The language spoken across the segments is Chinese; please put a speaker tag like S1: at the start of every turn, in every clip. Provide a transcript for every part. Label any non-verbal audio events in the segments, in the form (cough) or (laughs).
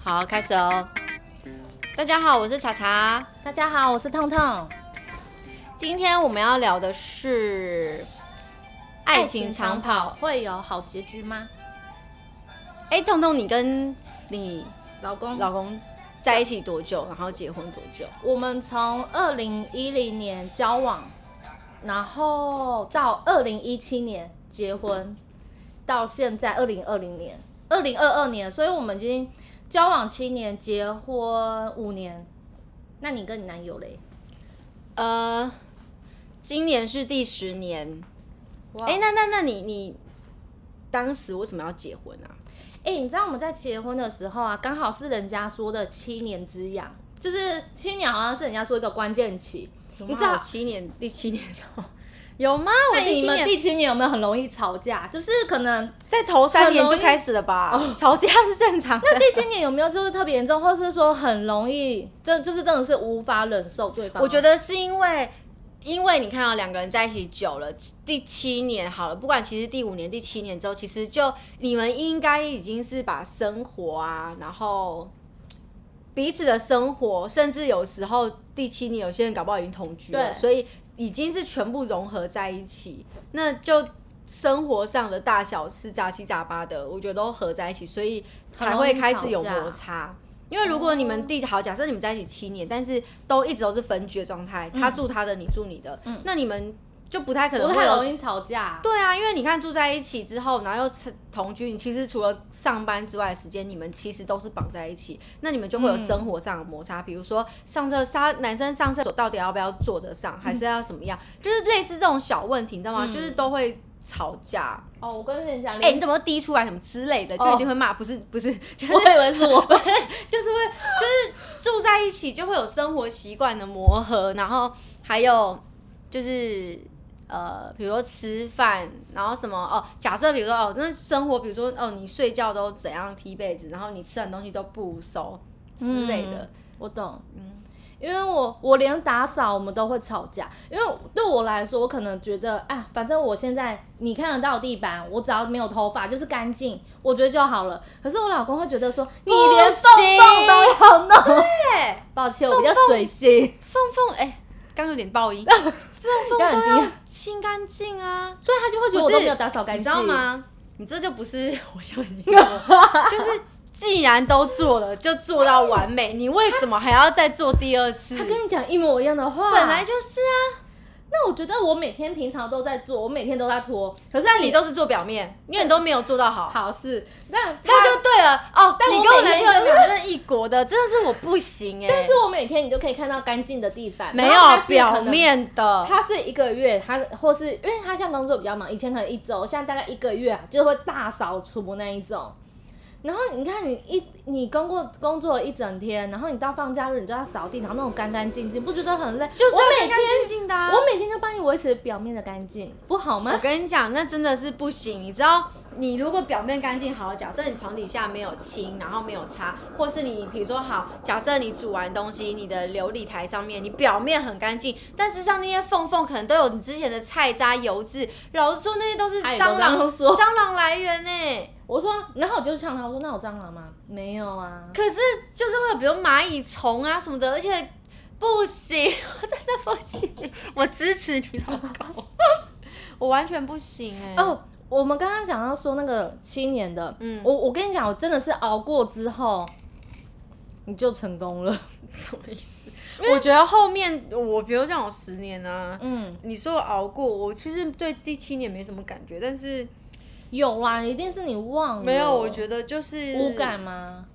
S1: 好，开始哦。大家好，我是查查。
S2: 大家好，我是痛痛。
S1: 今天我们要聊的是爱情长跑。
S2: 会有好结局吗？
S1: 哎，彤彤，你跟你
S2: 老公，
S1: 老公在一起多久？然后结婚多久？
S2: 我们从二零一零年交往，然后到二零一七年结婚，到现在二零二零年、二零二二年，所以我们已经交往七年，结婚五年。那你跟你男友嘞？
S1: 呃，今年是第十年。
S2: 哇
S1: 哎、那那那你你当时为什么要结婚啊？
S2: 哎、你知道我们在结婚的时候啊，刚好是人家说的七年之痒，就是七年好像是人家说一个关键期。
S1: 你
S2: 你
S1: 知
S2: 知
S1: 道
S2: 道
S1: 我七年第七年的时候有吗？我
S2: 那
S1: 第
S2: 你
S1: 七
S2: 们
S1: 年
S2: 第七年有没有很容易吵架？就是
S1: (laughs)
S2: 可能
S1: 在头三年
S2: 很容
S1: 就
S2: 易哦
S1: 开始了吧？吵架是正常的。
S2: 那第七年有没有就是特别严重，或是说很容易，这就是真的是无法忍受对方？
S1: 我觉
S2: 得
S1: 得是因为，因为你看到两个人在一起久了，第七年好了，不管其实第五年、第七年之后，其实就你们应该已经是把生活啊，然后彼此的生活，甚至有时候第七年有些人搞不好已经同居了，
S2: 对
S1: 所以已经是全部融合在一起，那就。生活上的大小事杂七杂八的，我觉得都合在一起，所以才会开始有
S2: 很容
S1: 摩
S2: 易吵架
S1: 擦。因为如果你
S2: 哦
S1: 们第好，假设你们在一起七年，但是都一直都是分居的状态，他住他的，你住你的，那你们就不太可能
S2: 嗯不
S1: 会
S2: 太容
S1: 有。
S2: 易吵架。
S1: 对啊，因为你看住在一起之后，然后又同居，你其实除了上班之外的时间，你们其实都是绑在一起，那你们就会
S2: 嗯
S1: 有生活上的摩擦，比如说上厕沙男生上厕所到底要不要坐着上，还是要什么样，就是类似这种小问题，你知道吗？
S2: 嗯
S1: 就是都会吵架，
S2: 哦，我跟你讲，
S1: 哎、你怎么滴出来什么之类的，就
S2: 哦
S1: 一定会骂，不是不是，就是
S2: 我以为是我，
S1: (laughs) 就是会，就是住在一起就会有生活习惯的磨合，然后还有就是呃，比如说吃饭，然后什么哦，假设比如说哦，那生活比如说哦，你睡觉都怎样踢被子，然后你吃完东西都不收之类的，
S2: 我懂，嗯因为我我连打扫我们都会吵架，因为对我来说，我可能觉得啊，反正我现在你看得到地板，我只要没有头发就是干净，我觉得就好了。可是我老公会觉得说，你连
S1: 不
S2: 动动都要弄， (laughs)
S1: 对，
S2: 抱歉，我比较随性，
S1: 凤凤哎，刚、有点爆
S2: (laughs)
S1: 音，
S2: 你看很惊讶，
S1: 清干净啊，
S2: 所以他就会觉得
S1: 不
S2: 我
S1: 是
S2: 都没有打扫干净，
S1: 你知道？吗？你这就不是我相信你说
S2: (laughs)
S1: 的，就是既然都做了，就做到完美，你为什么还要再做第二次？
S2: 他跟你讲一模一样的话，
S1: 本来就是啊，
S2: 那我觉得我每天平常都在做，我每天都在拖，可是
S1: 但你都是做表面，因为你都没有做到好，
S2: 好事，但他
S1: 那就对了哦。
S2: 但
S1: 你
S2: 我
S1: 跟我
S2: 每
S1: 男朋
S2: 天
S1: 友
S2: 都
S1: 两是一国的，真的是我不行哎、
S2: 但是我每天你就可以看到干净的地板，
S1: 没
S2: 然后
S1: 有
S2: 他是
S1: 表
S2: 可能。
S1: 面的，
S2: 他是一个月，他或是因为他现在工作比较忙，以前可能一周，现在大概一个月啊就会大扫除那一种。然后你看你一你工作工作了一整天，然后你到放假日你就要扫地，然后那种干干净净，不觉得很累？
S1: 就是
S2: 我
S1: 要
S2: 每
S1: 干干
S2: 天
S1: 净净的、啊。
S2: 我每天都帮你维持表面的干净，不好吗
S1: 我？跟你讲，那真的是不行。你知道，你如果表面干净好，假设你床底下没有清，然后没有擦，或是你比如说好，假设你煮完东西，你的琉璃台上面你表面很干净，但事实上那些缝缝可能都有你之前的菜渣、油渍。老实说，那些都是
S2: 他也
S1: 蟑
S2: 都这样
S1: 螂
S2: 说
S1: 蟑螂来源呢、
S2: 我说，然后我就呛他，我说那有蟑螂吗？没有啊。
S1: 可是就是会有比如蚂蚁虫啊什么的，而且不行，我真的不
S2: (laughs)
S1: 行，我支持你老公， (laughs) 我完全不行哎、
S2: 哦，我们刚刚讲到说那个七年的，
S1: 嗯
S2: 嗯，我我跟你讲，我真的是熬过之后，你就成功了， (laughs)
S1: 什么意思？我觉得后面我比如讲我十年啊，
S2: 嗯，
S1: 你说我熬过，我其实对第七年没什么感觉，但是
S2: 有啦，一定是你忘了，
S1: 没有，我
S2: 得
S1: 觉得就是
S2: 无感，吗？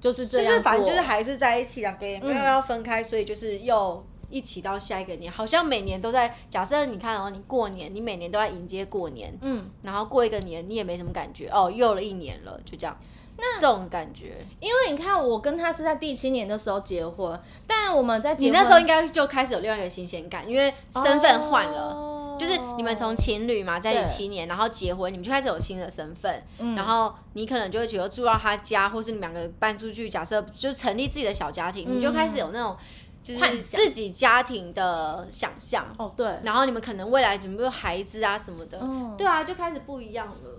S2: 就是这
S1: 就
S2: 样
S1: 是
S2: 过，
S1: 反正就是还是在一起，两个人没有
S2: 嗯
S1: 要分开，所以就是又。一起到下一个年，好像每年都在。假设你看哦，你过年，你每年都在迎接过年，
S2: 嗯，
S1: 然后过一个年你也没什么感觉，哦，又了一年了，就这样，那这种感觉。
S2: 因为你看，我跟他是在第七年的时候结婚，但我们在结
S1: 你
S2: 婚
S1: 那时候应该就开始有另外一个新鲜感，因为身份换了，
S2: 哦
S1: 就是你们从情侣嘛在一起
S2: 对
S1: 七年，然后结婚，你们就开始有新的身份，然后你可能就会觉得住到他家，或是你们两个搬出去，假设就成立自己的小家庭，你就开始有那种就是
S2: 幻想
S1: 自己家庭的想象，
S2: 哦对，
S1: 然后你们可能未来准备有孩子啊什么的，
S2: 嗯
S1: 对啊，就开始不一样了。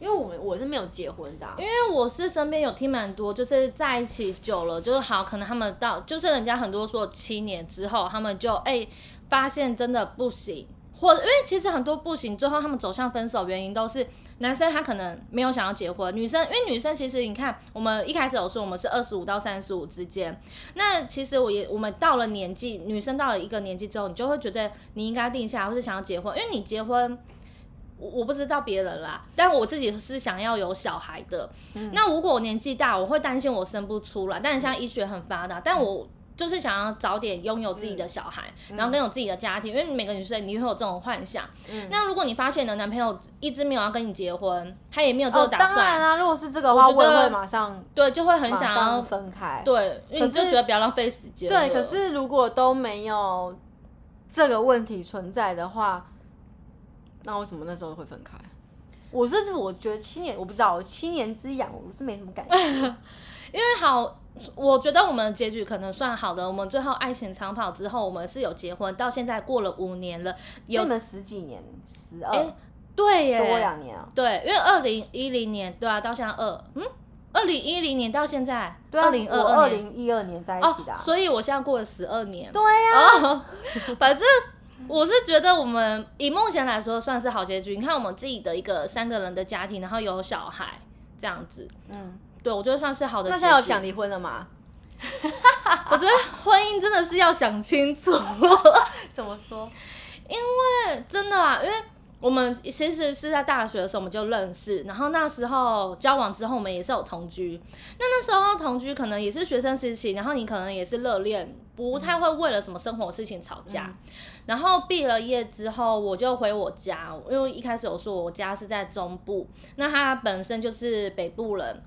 S1: 因为我们我是没有结婚的啊、
S2: 因为我是身边有听蛮多，就是在一起久了，就是好，可能他们到就是人家很多说七年之后，他们就哎、发现真的不行，或因为其实很多不行，最后他们走向分手原因都是男生他可能没有想要结婚，女生因为女生其实你看我们一开始有说我们是二十五到三十五之间，那其实我也我们到了年纪，女生到了一个年纪之后，你就会觉得你应该定下来，或是想要结婚，因为你结婚。我我不知道别人啦，但我自己是想要有小孩的。
S1: 嗯
S2: 那如果我年纪大，我会担心我生不出来。但是现在医学很发达，但我就是想要早点拥有自
S1: 嗯
S2: 己的小孩，然后跟有自己的家庭，因为每个女生你会有这种幻想。
S1: 嗯
S2: 那如果你发现你的男朋友一直没有要跟你结婚，他也没有这个
S1: 哦，
S2: 打
S1: 当然
S2: 算，
S1: 啊，如果是这个的话，
S2: 我觉
S1: 我
S2: 得
S1: 也会马上
S2: 对，就会很
S1: 马
S2: 想
S1: 上
S2: 要
S1: 分开。
S2: 对，因为
S1: 可
S2: 你就是觉得不要浪费时间了。
S1: 对，可是如果都没有这个问题存在的话，那为什么那时候会分开？我这是我觉得七年，我不知道，我七年之痒，我是没什么感觉。
S2: 因为好，我觉得我们的结局可能算好的。我们最后爱情长跑之后，我们是有结婚，到现在过了五年了， (laughs) 有
S1: 你们十几年，十二、
S2: 哎对耶，
S1: 多两年啊。
S2: 对，因为二零一零年对啊，到现在二嗯，二零一零年到现在
S1: 对啊，
S2: 二零二
S1: 我二
S2: 二年
S1: 零一二年在一
S2: 哦
S1: 起的、啊，
S2: 所以我现在过了十二年。
S1: 对啊呀、
S2: 哦，反正我是觉得我们以目前来说算是好结局。你看我们自己的一个三个人的家庭，然后有小孩这样子，
S1: 嗯，
S2: 对我觉得算是好的
S1: 那
S2: 结局。
S1: 现在有想离婚了吗？
S2: 我觉得婚姻真的是要想清楚。
S1: 怎么说？
S2: 对真的啊，因为我们其实是在大学的时候我们就认识，然后那时候交往之后我们也是有同居。那那时候同居可能也是学生时期，然后你可能也是热恋，不太会为了什么生活事情吵架。然后毕了业之后，我就回我家，因为一开始有说我家是在中部，那他本身就是北部人。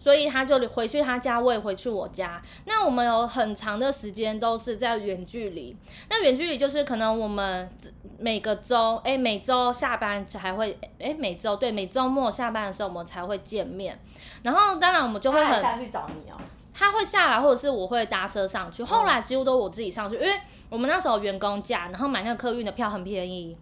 S2: 所以他就回去他家，我也回去我家。那我们有很长的时间都是在远距离，那远距离就是可能我们每个周，哎、每周下班才会，哎、每周对，每周末下班的时候我们才会见面。然后当然我们就会
S1: 他还
S2: 很，
S1: 下去找你哦、
S2: 他会下来，或者是我会搭车上
S1: 嗯
S2: 去。后来几乎都我自己上去，因为我们那时候员工价，然后买那个客运的票很便宜，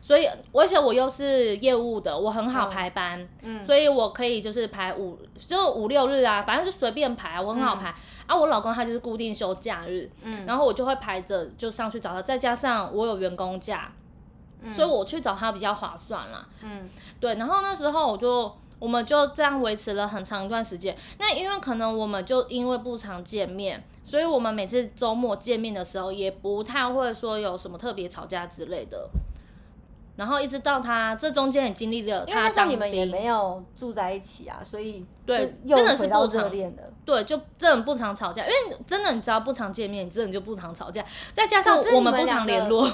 S2: 所以而且我又是业务的，我很好排班，
S1: 嗯
S2: 所以我可以就是排五就五六日啊，反正就随便排，我很好排。啊，我老公他就是固定休假日，
S1: 嗯
S2: 然后我就会排着就上去找他，再加上我有员工价，所以我去找他比较划算啦。
S1: 嗯，
S2: 对，然后那时候我就我们就这样维持了很长一段时间。那因为可能我们就因为不常见面，所以我们每次周末见面的时候也不太会说有什么特别吵架之类的。然后一直到他这中间也经历了
S1: 因为
S2: 他
S1: 那时候
S2: 当
S1: 你们也
S2: 兵，
S1: 没有住在一起啊，所以
S2: 对
S1: 就又
S2: 真的是
S1: 回到
S2: 不常
S1: 热恋了。
S2: 对，就真的不常吵架，因为真的你知道不常见面，你真的就不常吵架，再加上
S1: 可是
S2: 我
S1: 你
S2: 们
S1: 们
S2: 不
S1: 两
S2: 常
S1: 个
S2: 联络，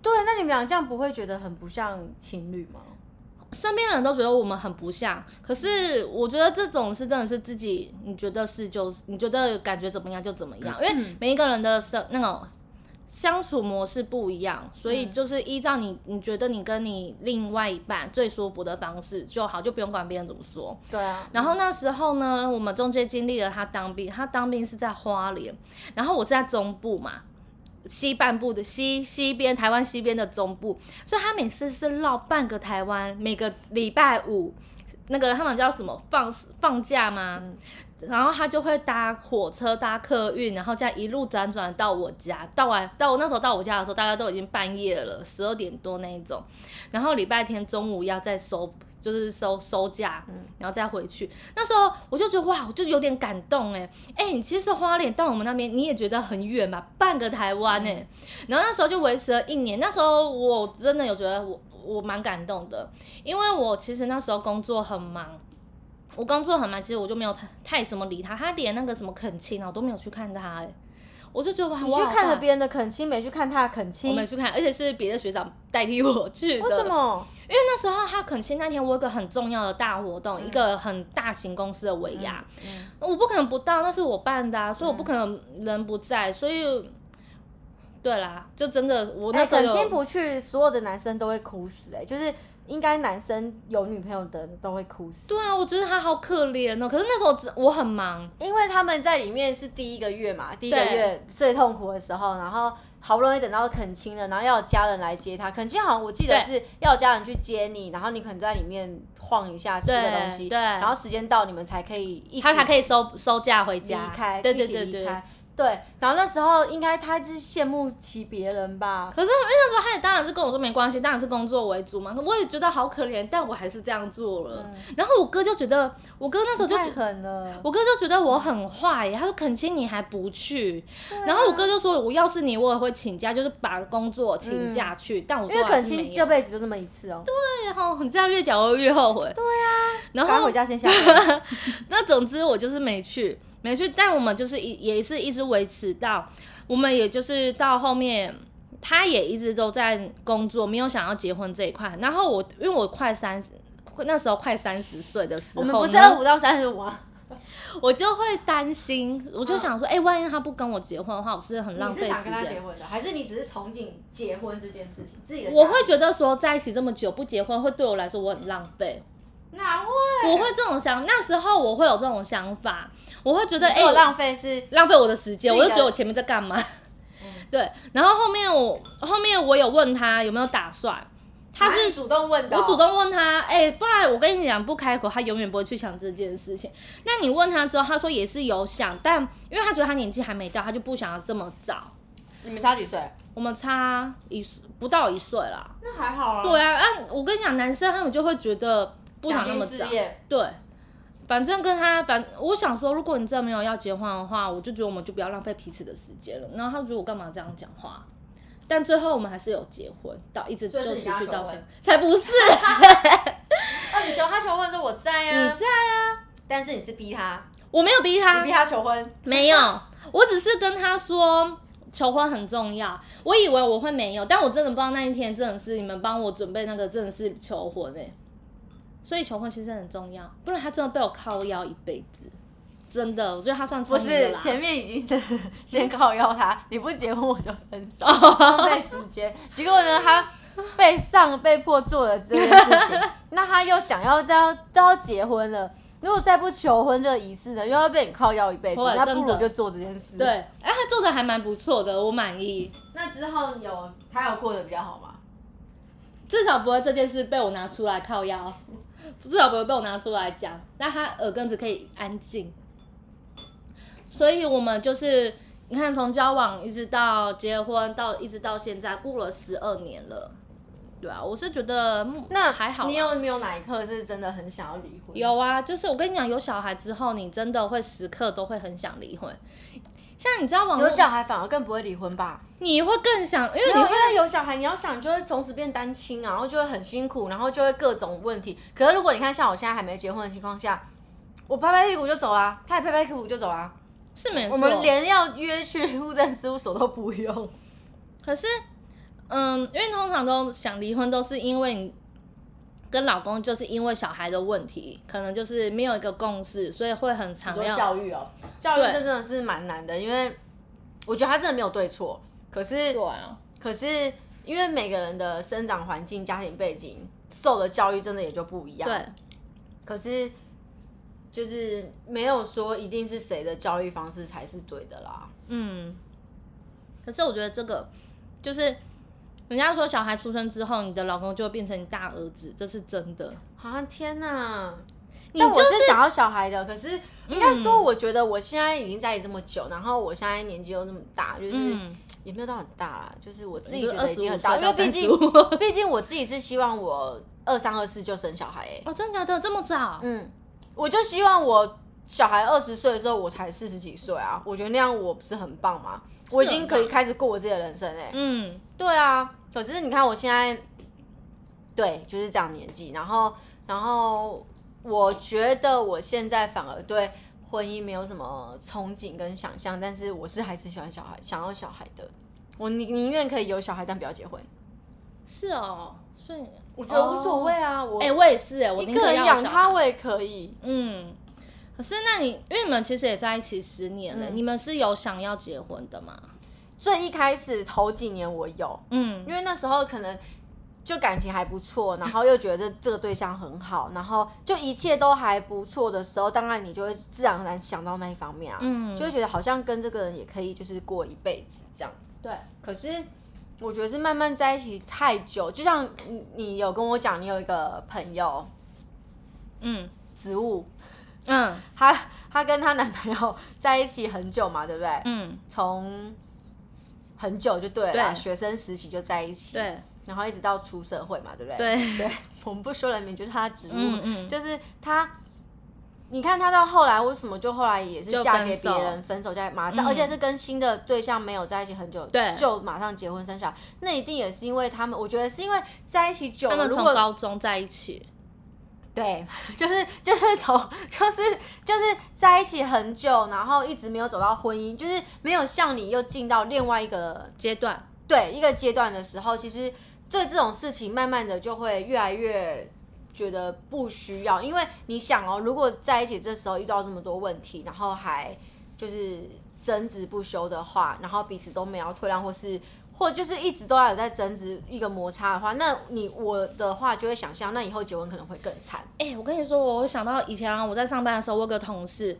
S1: 对，那你们俩这样不会觉得很不像情侣吗？
S2: 身边人都觉得我们很不像，可是我觉得这种是真的是自己，你觉得是就是，你觉得感觉怎么样就怎么样，因为每一个人的生那种相处模式不一样，所以就是依照你你觉得你跟你另外一半最舒服的方式就好，就不用管别人怎么说。
S1: 对啊，
S2: 然后那时候呢，我们中间经历了他当兵，他当兵是在花莲，然后我是在中部嘛，西半部的西西边，台湾西边的中部，所以他每次是绕半个台湾，每个礼拜五那个他们叫什么放放假吗？然后他就会搭火车、搭客运，然后这样一路辗转到我家。到完到我那时候到我家的时候，大家都已经半夜了，十二点多那一种。然后礼拜天中午要再收，就是收收假，然后再回去。那时候我就觉得哇，我就有点感动哎哎，你其实花莲到我们那边你也觉得很远吧，半个台湾哎。
S1: 嗯
S2: 然后那时候就维持了一年，那时候我真的有觉得我我蛮感动的，因为我其实那时候工作很忙。我工作很忙，其实我就没有太太什么理他，他连那个什么恳亲啊，我都没有去看他、哎，我就觉得哇，
S1: 你
S2: 我
S1: 去
S2: 好
S1: 看了
S2: 大
S1: 别人的恳亲，没去看他的恳
S2: 我
S1: 亲
S2: 没，去看，而且是别的学长代替我去的。
S1: 为什么？
S2: 因为那时候他恳亲那天，我有一个很重要的大活动，
S1: 嗯
S2: 一个很大型公司的尾牙，我不可能不到，那是我办的、啊，所以我不可能人不在，所以。对啦，就真的我那
S1: 哎，
S2: 时候
S1: 恳
S2: 有、
S1: 亲不去，所有的男生都会哭死哎、就是应该男生有女朋友的都会哭死，
S2: 对啊，我觉得他好可怜哦。可是那时候只我很忙，
S1: 因为他们在里面是第一个月嘛，第一个
S2: 对
S1: 月最痛苦的时候，然后好不容易等到恳亲了，然后要有家人来接他。恳亲好像我记得
S2: 对
S1: 是要有家人去接你，然后你可能在里面晃一下吃
S2: 对
S1: 个东西，
S2: 对
S1: 然后时间到你们才可以一起
S2: 他才可以收收假回
S1: 离
S2: 家，
S1: 开，
S2: 对
S1: 一
S2: 对
S1: 起
S2: 对
S1: 离
S2: 对。
S1: 开对，然后那时候应该他是羡慕其别人吧，
S2: 可是因为那时候他也当然是跟我说没关系，当然是工作为主嘛。我也觉得好可怜，但我还是这样做了。
S1: 嗯
S2: 然后我哥就觉得，我哥那时候就
S1: 太狠了。
S2: 我哥就觉得我很坏耶，他说恳亲你还不去，
S1: 啊
S2: 然后我哥就说，我要是你，我也会请假，就是把工作请假去，但我
S1: 嗯因
S2: 最
S1: 为
S2: 后
S1: 恳
S2: 还是没
S1: 亲
S2: 有。
S1: 这辈子就那么一次哦，
S2: 然后你这样越讲我越后悔。对啊，然
S1: 赶快
S2: 后
S1: 回家先下班。
S2: 那总之我就是没去，没去，但我们就是一也是一直维持到，我们也就是到后面。他也一直都在工作，没有想要结婚这一块。然后我，因为我快三十，那时候快三十岁的时
S1: (laughs) 我们
S2: 候呢，
S1: 不是二五到三十五啊，
S2: 我就会担心，我就想说，哎、万一他不跟我结婚的话，我是很
S1: 嗯
S2: 浪
S1: 你
S2: 费
S1: 是想
S2: 时
S1: 跟他结
S2: 间。
S1: 婚的，还是你只是憧憬结婚这件事情？自己的
S2: 我
S1: 家
S2: 会觉得说在一起这么久不结婚，会对我来说我很浪费。
S1: 哪会？
S2: 我会这种想，那时候我会有这种想法，我会觉得
S1: 你
S2: 哎、
S1: 说我浪费是嗯
S2: 浪费我的时间，
S1: 自己的
S2: 我就觉得我前面在干嘛。 (laughs) 对，然后后面我后面我有问他有没有打算，他
S1: 啊
S2: 是
S1: 你主动问的哦，
S2: 我主动问他，哎、不然我跟你讲，不开口，他永远不会去想这件事情。那你问他之后，他说也是有想，但因为他觉得他年纪还没到，他就不想要这么早。
S1: 你们差几岁？
S2: 我们差一岁不到一岁啦。
S1: 那还好啊，
S2: 对啊，那我跟你讲，男生他们就会觉得不想那么
S1: 拼
S2: 早
S1: 事。业
S2: 对，反正跟他反，我想说，如果你真的没有要结婚的话，我就觉得我们就不要浪费彼此的时间了。然后他觉得我干嘛这样讲话？但最后我们还是有结婚，到一直
S1: 所
S2: 就
S1: 以是
S2: 持
S1: 你跟他
S2: 续到
S1: 求
S2: 现
S1: 婚
S2: 在，才
S1: (laughs)
S2: 不是。
S1: 那你求他求婚说我在
S2: 你
S1: 啊，
S2: 在啊，
S1: 但是你是逼他，
S2: 我没有逼他
S1: 你逼，他求婚，
S2: 没有，我只是跟他说求婚很重要。我以为我会没有，但我真的不知道那一天真的是你们帮我准备那个真的是求婚哎、所以求婚其实很重要，不然他真的被我靠腰一辈子。真的，我觉得他算
S1: 不
S2: 聪明的
S1: 是
S2: 啦。
S1: 前面已经是 (laughs) 先靠邀他，你不结婚我就分手，
S2: 哦
S1: 浪费时间。 (laughs) 结果呢，他被上被迫做了这件事
S2: (laughs)
S1: 情，那他又想要都要都要结婚了，如果再不求婚这个仪式呢，又要被你靠腰一辈子，
S2: 会
S1: 那不
S2: 真
S1: 如
S2: 的
S1: 就做这件事。
S2: 对，，哎、他做的还蛮不错的，我满意，
S1: 那之后有他有过得比较好吗？
S2: 至少不会这件事被我拿出来靠腰， (laughs) 至少不会被我拿出来讲。那他耳根子可以安静，所以我们就是你看，从交往一直到结婚，到一直到现在，过了十二年了，对啊，我是觉得嗯
S1: 那
S2: 还好啦
S1: 你有没有哪一刻是真的很想要离婚？
S2: 有啊，就是我跟你讲，有小孩之后，你真的会时刻都会很想离婚。像你知道网
S1: 有
S2: 络，
S1: 小孩反而更不会离婚吧？
S2: 你会更想，因为
S1: 没
S2: 你
S1: 有，
S2: 会
S1: 啊因为有小孩，你要想，你就会从此变单亲啊，然后就会很辛苦，然后就会各种问题。可是如果你看像我现在还没结婚的情况下，我拍拍屁股就走啦，他也拍拍屁股就走啦，
S2: 是没错，
S1: 我们连要约去户政事务所都不用。
S2: 可是，嗯，因为通常都想离婚，都是因为你跟老公就是因为小孩的问题，可能就是没有一个共识，所以会很常
S1: 你说
S2: 要。
S1: 教育哦，教育
S2: 对
S1: 这真的是蛮难的，因为我觉得他真的没有对错，可是
S2: 对啊，
S1: 可是因为每个人的生长环境、家庭背景、受的教育真的也就不一样。
S2: 对，
S1: 可是就是没有说一定是谁的教育方式才是对的啦。
S2: 嗯。可是我觉得这个就是。人家说小孩出生之后，你的老公就会变成你大儿子，这是真的。
S1: 啊天哪！
S2: 你
S1: 但我嗯
S2: 就是
S1: 想要小孩的，可是应该说，我觉得我现在已经在一起这么久，然后我现在年纪又这么大，就是、
S2: 嗯，
S1: 也没有到很大啦，就是我自己
S2: 你
S1: 觉
S2: 不是
S1: 得已经很大，
S2: 25
S1: 因为毕竟
S2: 岁到35
S1: (laughs) 毕竟我自己是希望我二三二四就生小孩、欸，
S2: (laughs) 哦，真的假的？这么早？
S1: 嗯，我就希望我小孩二十岁的时候我才四十几岁啊，我觉得那样我不是很棒吗？我已经可以开始过我自己的人生哎、
S2: 嗯，
S1: 对啊，可是你看我现在，对，就是这样年纪，然后，然后我觉得我现在反而对婚姻没有什么憧憬跟想象，但是我是还是喜欢小孩，想要小孩的。我宁宁愿可以有小孩，但不要结婚，
S2: 是哦，所以我
S1: 我觉得无所谓。啊。我
S2: 哎、我也是哎、我
S1: 一
S2: 宁
S1: 个
S2: 可
S1: 人
S2: 要
S1: 养
S2: 小
S1: 他，
S2: 孩
S1: 我也可以。
S2: 嗯，可是那你，因为你们其实也在一起十年
S1: 嗯
S2: 了，你们是有想要结婚的吗？
S1: 最一开始头几年我有，
S2: 嗯，
S1: 因为那时候可能就感情还不错，然后又觉得这这个对象很好，然后就一切都还不错的时候，当然你就会自然而然想到那一方面啊，
S2: 嗯
S1: 就会觉得好像跟这个人也可以就是过一辈子这样。
S2: 对，
S1: 可是我觉得是慢慢在一起太久，就像你你有跟我讲，你有一个朋友
S2: 嗯
S1: 植物，
S2: 嗯
S1: 她她跟她男朋友在一起很久嘛，对不对？
S2: 嗯，
S1: 从很久就对了啦，
S2: 对
S1: 学生时期就在一起，
S2: 对
S1: 然后一直到出社会嘛，对不对？
S2: 对
S1: 对， (laughs) 我们不说人名，就是他的职务，
S2: 嗯嗯
S1: 就是他。你看他到后来为什么就后来也是
S2: 就
S1: 嫁给别
S2: 分手
S1: 人，分手嫁马上，
S2: 嗯
S1: 而且是跟新的对象没有在一起很久，
S2: 对
S1: 就马上结婚生小孩，那一定也是因为他们，我觉得是因为在一起久
S2: 他
S1: 了，
S2: 们
S1: 如
S2: 从
S1: 果
S2: 高中在一起，
S1: 对， (laughs) 就是就是从 (laughs) 就是就是在一起很久，然后一直没有走到婚姻，就是没有像你又进到另外一个
S2: 阶段，
S1: 对一个阶段的时候，其实对这种事情，慢慢的就会越来越觉得不需要，因为你想哦，如果在一起这时候遇到这么多问题，然后还就是争执不休的话，然后彼此都没有要退让，或是或就是一直都要有在争执一个摩擦的话，那你我的话就会想象，那以后结婚可能会更惨。
S2: 哎、我跟你说，我想到以前啊我在上班的时候，我有个同事，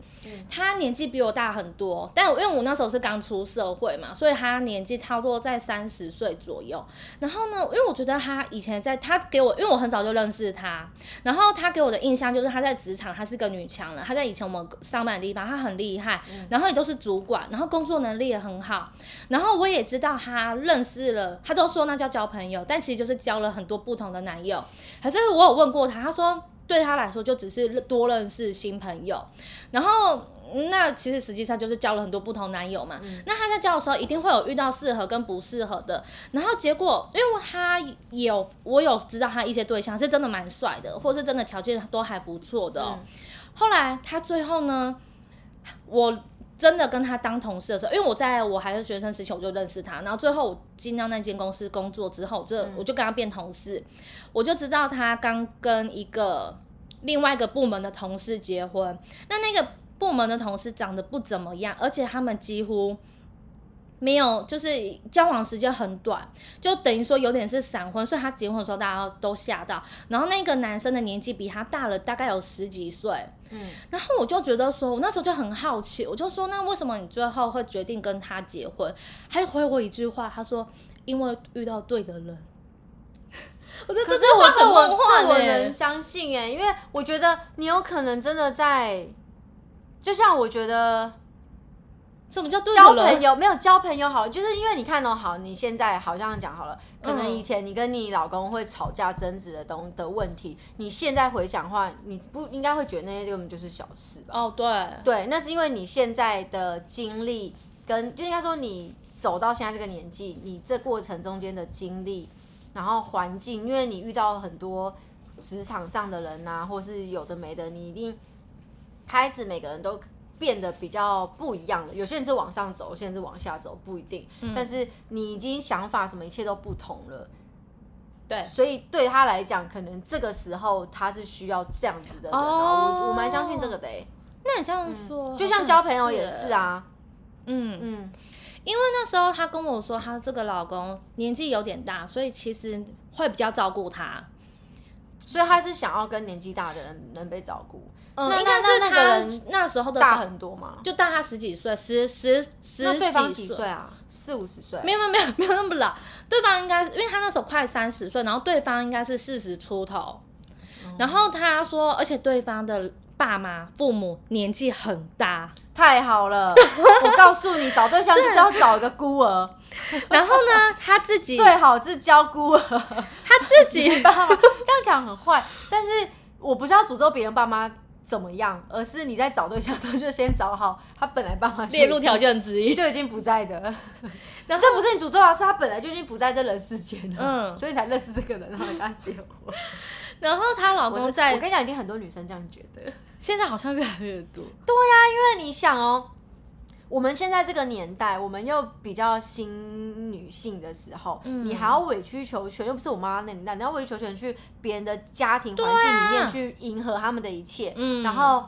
S2: 他年纪比我大很多，但我因为我那时候是刚出社会嘛，所以他年纪差不多在三十岁左右。然后呢，因为我觉得他以前在他给我，因为我很早就认识他，然后他给我的印象就是他在职场，他是个女强人，他在以前我们上班的地方，他很厉害，然后也都是主管，然后工作能力也很好。然后我也知道他认识了，他都说那叫交朋友，但其实就是交了很多不同的男友。可是我有问过他，他说对他来说就只是多认识新朋友，然后。嗯那其实实际上就是交了很多不同男友嘛。那他在交的时候一定会有遇到适合跟不适合的，然后结果因为他有我有知道他一些对象是真的蛮帅的，或是真的条件都还不错的哦、后来他最后呢，我真的跟他当同事的时候，因为我在我还是学生时期我就认识他，然后最后我进到那间公司工作之后，我这我就跟他变同事，我就知道他刚跟一个另外一个部门的同事结婚，那那个部门的同事长得不怎么样，而且他们几乎。没有，就是交往时间很短，就等于说有点是闪婚，所以他结婚的时候大家都吓到。然后那个男生的年纪比他大了大概有十几岁，
S1: 嗯，
S2: 然后我就觉得说，我那时候就很好奇，我就说，那为什么你最后会决定跟他结婚？他就回我一句话，他说，因为遇到对的人。 (laughs) 我这
S1: 可
S2: 这
S1: 是
S2: 句话
S1: 我这
S2: 很
S1: 我
S2: 梦幻
S1: 这我
S2: 欸
S1: 能相信哎、因为我觉得你有可能真的在，就像我觉得
S2: 什么叫对
S1: 交
S2: 的
S1: 朋
S2: 人？
S1: 友没有交朋友好，就是因为你看哦，好，你现在好像讲好了，可能
S2: 嗯
S1: 以前你跟你老公会吵架争执的东的问题，你现在回想的话，你不应该会觉得那些根本就是小事吧？
S2: 哦，对，
S1: 对，那是因为你现在的经历跟就应该说你走到现在这个年纪，你这过程中间的经历，然后环境，因为你遇到很多职场上的人呐、或是有的没的，你一定开始每个人都变得比较不一样了。有些人是往上走，有些人是往下走，不一定。但是你已经想法什么一切都不同了。
S2: 对
S1: 所以对他来讲，可能这个时候他是需要这样子的人、啊。我我蛮相信这个的、欸，
S2: 那你这样说，
S1: 就像
S2: 好像
S1: 交朋友
S2: 是
S1: 也是，啊，
S2: 嗯。
S1: 嗯，
S2: 因为那时候她跟我说，她这个老公年纪有点大，所以其实会比较照顾她。
S1: 所以他是想要跟年纪大的人能被照顾，
S2: 嗯，
S1: 那
S2: 应该是
S1: 那那
S2: 她
S1: 个人
S2: 那时候的
S1: 大
S2: 房
S1: 很多嘛。
S2: 就大她十几岁，十十十
S1: 那对方几
S2: 几
S1: 岁啊？四五十岁？
S2: 没有没有没有没有那么老，对方应该因为他那时候快三十岁，然后对方应该是四十出头，
S1: 哦
S2: 然后他说，而且对方的爸妈父母年纪很大，
S1: (laughs) 太好
S2: (laughs)
S1: 了！我告诉你，找对象就是要找一个孤儿，
S2: 然后呢他自己
S1: 最好是教孤
S2: (laughs)
S1: 儿。
S2: 他自己
S1: 爸妈这样讲很坏，但是我不是要诅咒别人爸妈怎么样，而是你在找对象的时候就先找好他本来爸妈就
S2: 列入条
S1: 已
S2: 件之
S1: 经
S2: 一，
S1: 就已经不在的。
S2: (laughs) 然后
S1: 这不是你诅咒啊，是他本来就已经不在这人世间了，(laughs)
S2: 嗯
S1: 所以才认识这个人，然后跟他结婚。
S2: (laughs) 然后她老
S1: 我
S2: 公
S1: 是我
S2: 在
S1: 跟你讲，一定很多女生这样觉得，因
S2: 现在好像越来越多，
S1: 为你想哦，我们现在这个年代，我们又比较新女性的时候，
S2: 嗯
S1: 你还要委曲求全，又不是我妈那年代，你要委曲求全去别人的家庭
S2: 对
S1: 环境里面
S2: 啊
S1: 去迎合他们的一切，
S2: 嗯
S1: 然后。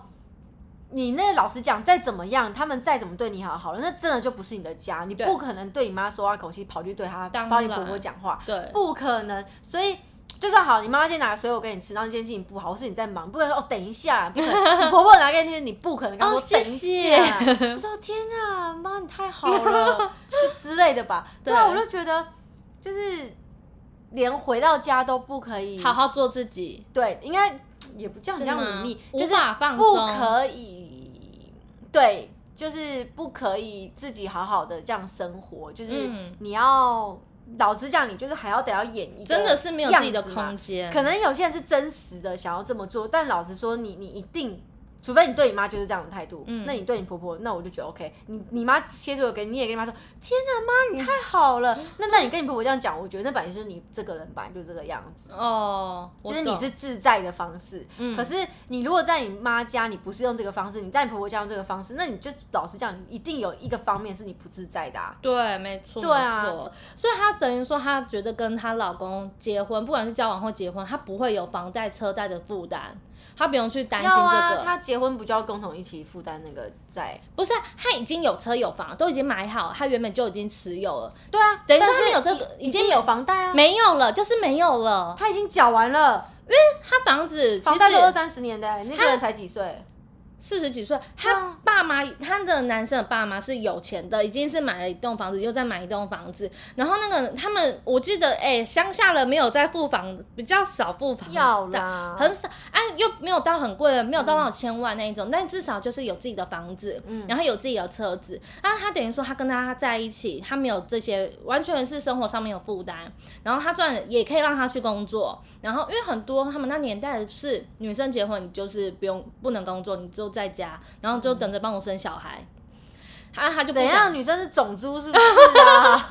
S1: 你那老实讲，再怎么样，他们再怎么对你好好了，那真的就不是你的家，你
S2: 对
S1: 不可能对你妈说话口气跑去对她
S2: 当
S1: 帮你
S2: 然
S1: 婆婆讲话，
S2: 对，
S1: 不可能。所以就算好，你妈妈今天拿个水果给你吃，然后今天心情不好，或是你在忙，不可能说哦等一
S2: (laughs)
S1: 下，不可能。你婆婆拿给你，你不可能跟她说、
S2: 哦 (laughs) 谢
S1: 等一
S2: 谢
S1: 下。我说天啊，妈你太好
S2: (laughs)
S1: 了，就之类的吧。对啊，
S2: 对
S1: 我就觉得就是连回到家都不可以
S2: 好好做自己，
S1: 对，应该也不这样
S2: 是
S1: 这样忤
S2: 吗
S1: 逆，
S2: 无
S1: 就是
S2: 法放
S1: 不
S2: 松，
S1: 可以，对，就是不可以自己好好的这样生活，就是
S2: 嗯
S1: 你要、老实讲，你就是还要得要演一个，
S2: 真的是没有自己的空。间。
S1: 可能有些人是真实的想要这么做，但老实说你，你一定，除非你对你妈就是这样的态度，
S2: 嗯
S1: 那你对你婆婆，那我就觉得 OK 你。你妈切着我给你，你也跟你妈说，天哪、
S2: 嗯
S1: 妈你太好了。那那你跟你婆婆这样讲，我觉得那本来就是你这个人本来就这个样子。
S2: 哦，我
S1: 就是你
S2: 懂
S1: 是自在的方式。
S2: 嗯
S1: 可是你如果在你妈家，你不是用这个方式，你在你婆婆家用这个方式，那你就老实讲，你一定有一个方面是你不自在的、啊。
S2: 对，没错，
S1: 对啊
S2: 没错。所以她等于说，她觉得跟她老公结婚，不管是交往或结婚，她不会有房贷、车贷的负担，她不用去担心
S1: 要
S2: 这
S1: 啊，
S2: 个。
S1: 她结婚不就要共同一起负担那个债？
S2: 不是，她已经有车有房，都已经买好，她原本就已经持有了，
S1: 对啊，
S2: 等于说
S1: 但
S2: 她没
S1: 是
S2: 有这个，已
S1: 已
S2: 经
S1: 经有房贷啊，
S2: 没有了，就是没有了。
S1: 她已经缴完了，
S2: 她房子其
S1: 房贷都二
S2: 实
S1: 三十年的、欸那个人才几岁？
S2: 四十几岁，
S1: 嗯
S2: 她爸妈，她的男生的爸妈是有钱的，已经是买了一栋房子，又再买一栋房子。然后那个他们，我记得，哎、乡下人没有在付房，比较少付房贷，
S1: 要啦，
S2: 嗯很少，哎、又没有到很贵的，没有到那种千万那一种，但至少就是有自己的房子，
S1: 嗯
S2: 然后有自己的车子。那他等于说他跟他在一起，他没有这些，完全是生活上面有负担。然后他赚也可以让他去工作，然后因为很多他们那年代是女生结婚，你就是不用不能工作，你就在家，然后就等着帮我生小孩。啊他他就不
S1: 嗯怎
S2: 想
S1: 样？女生是种猪是不是
S2: (laughs)
S1: 啊？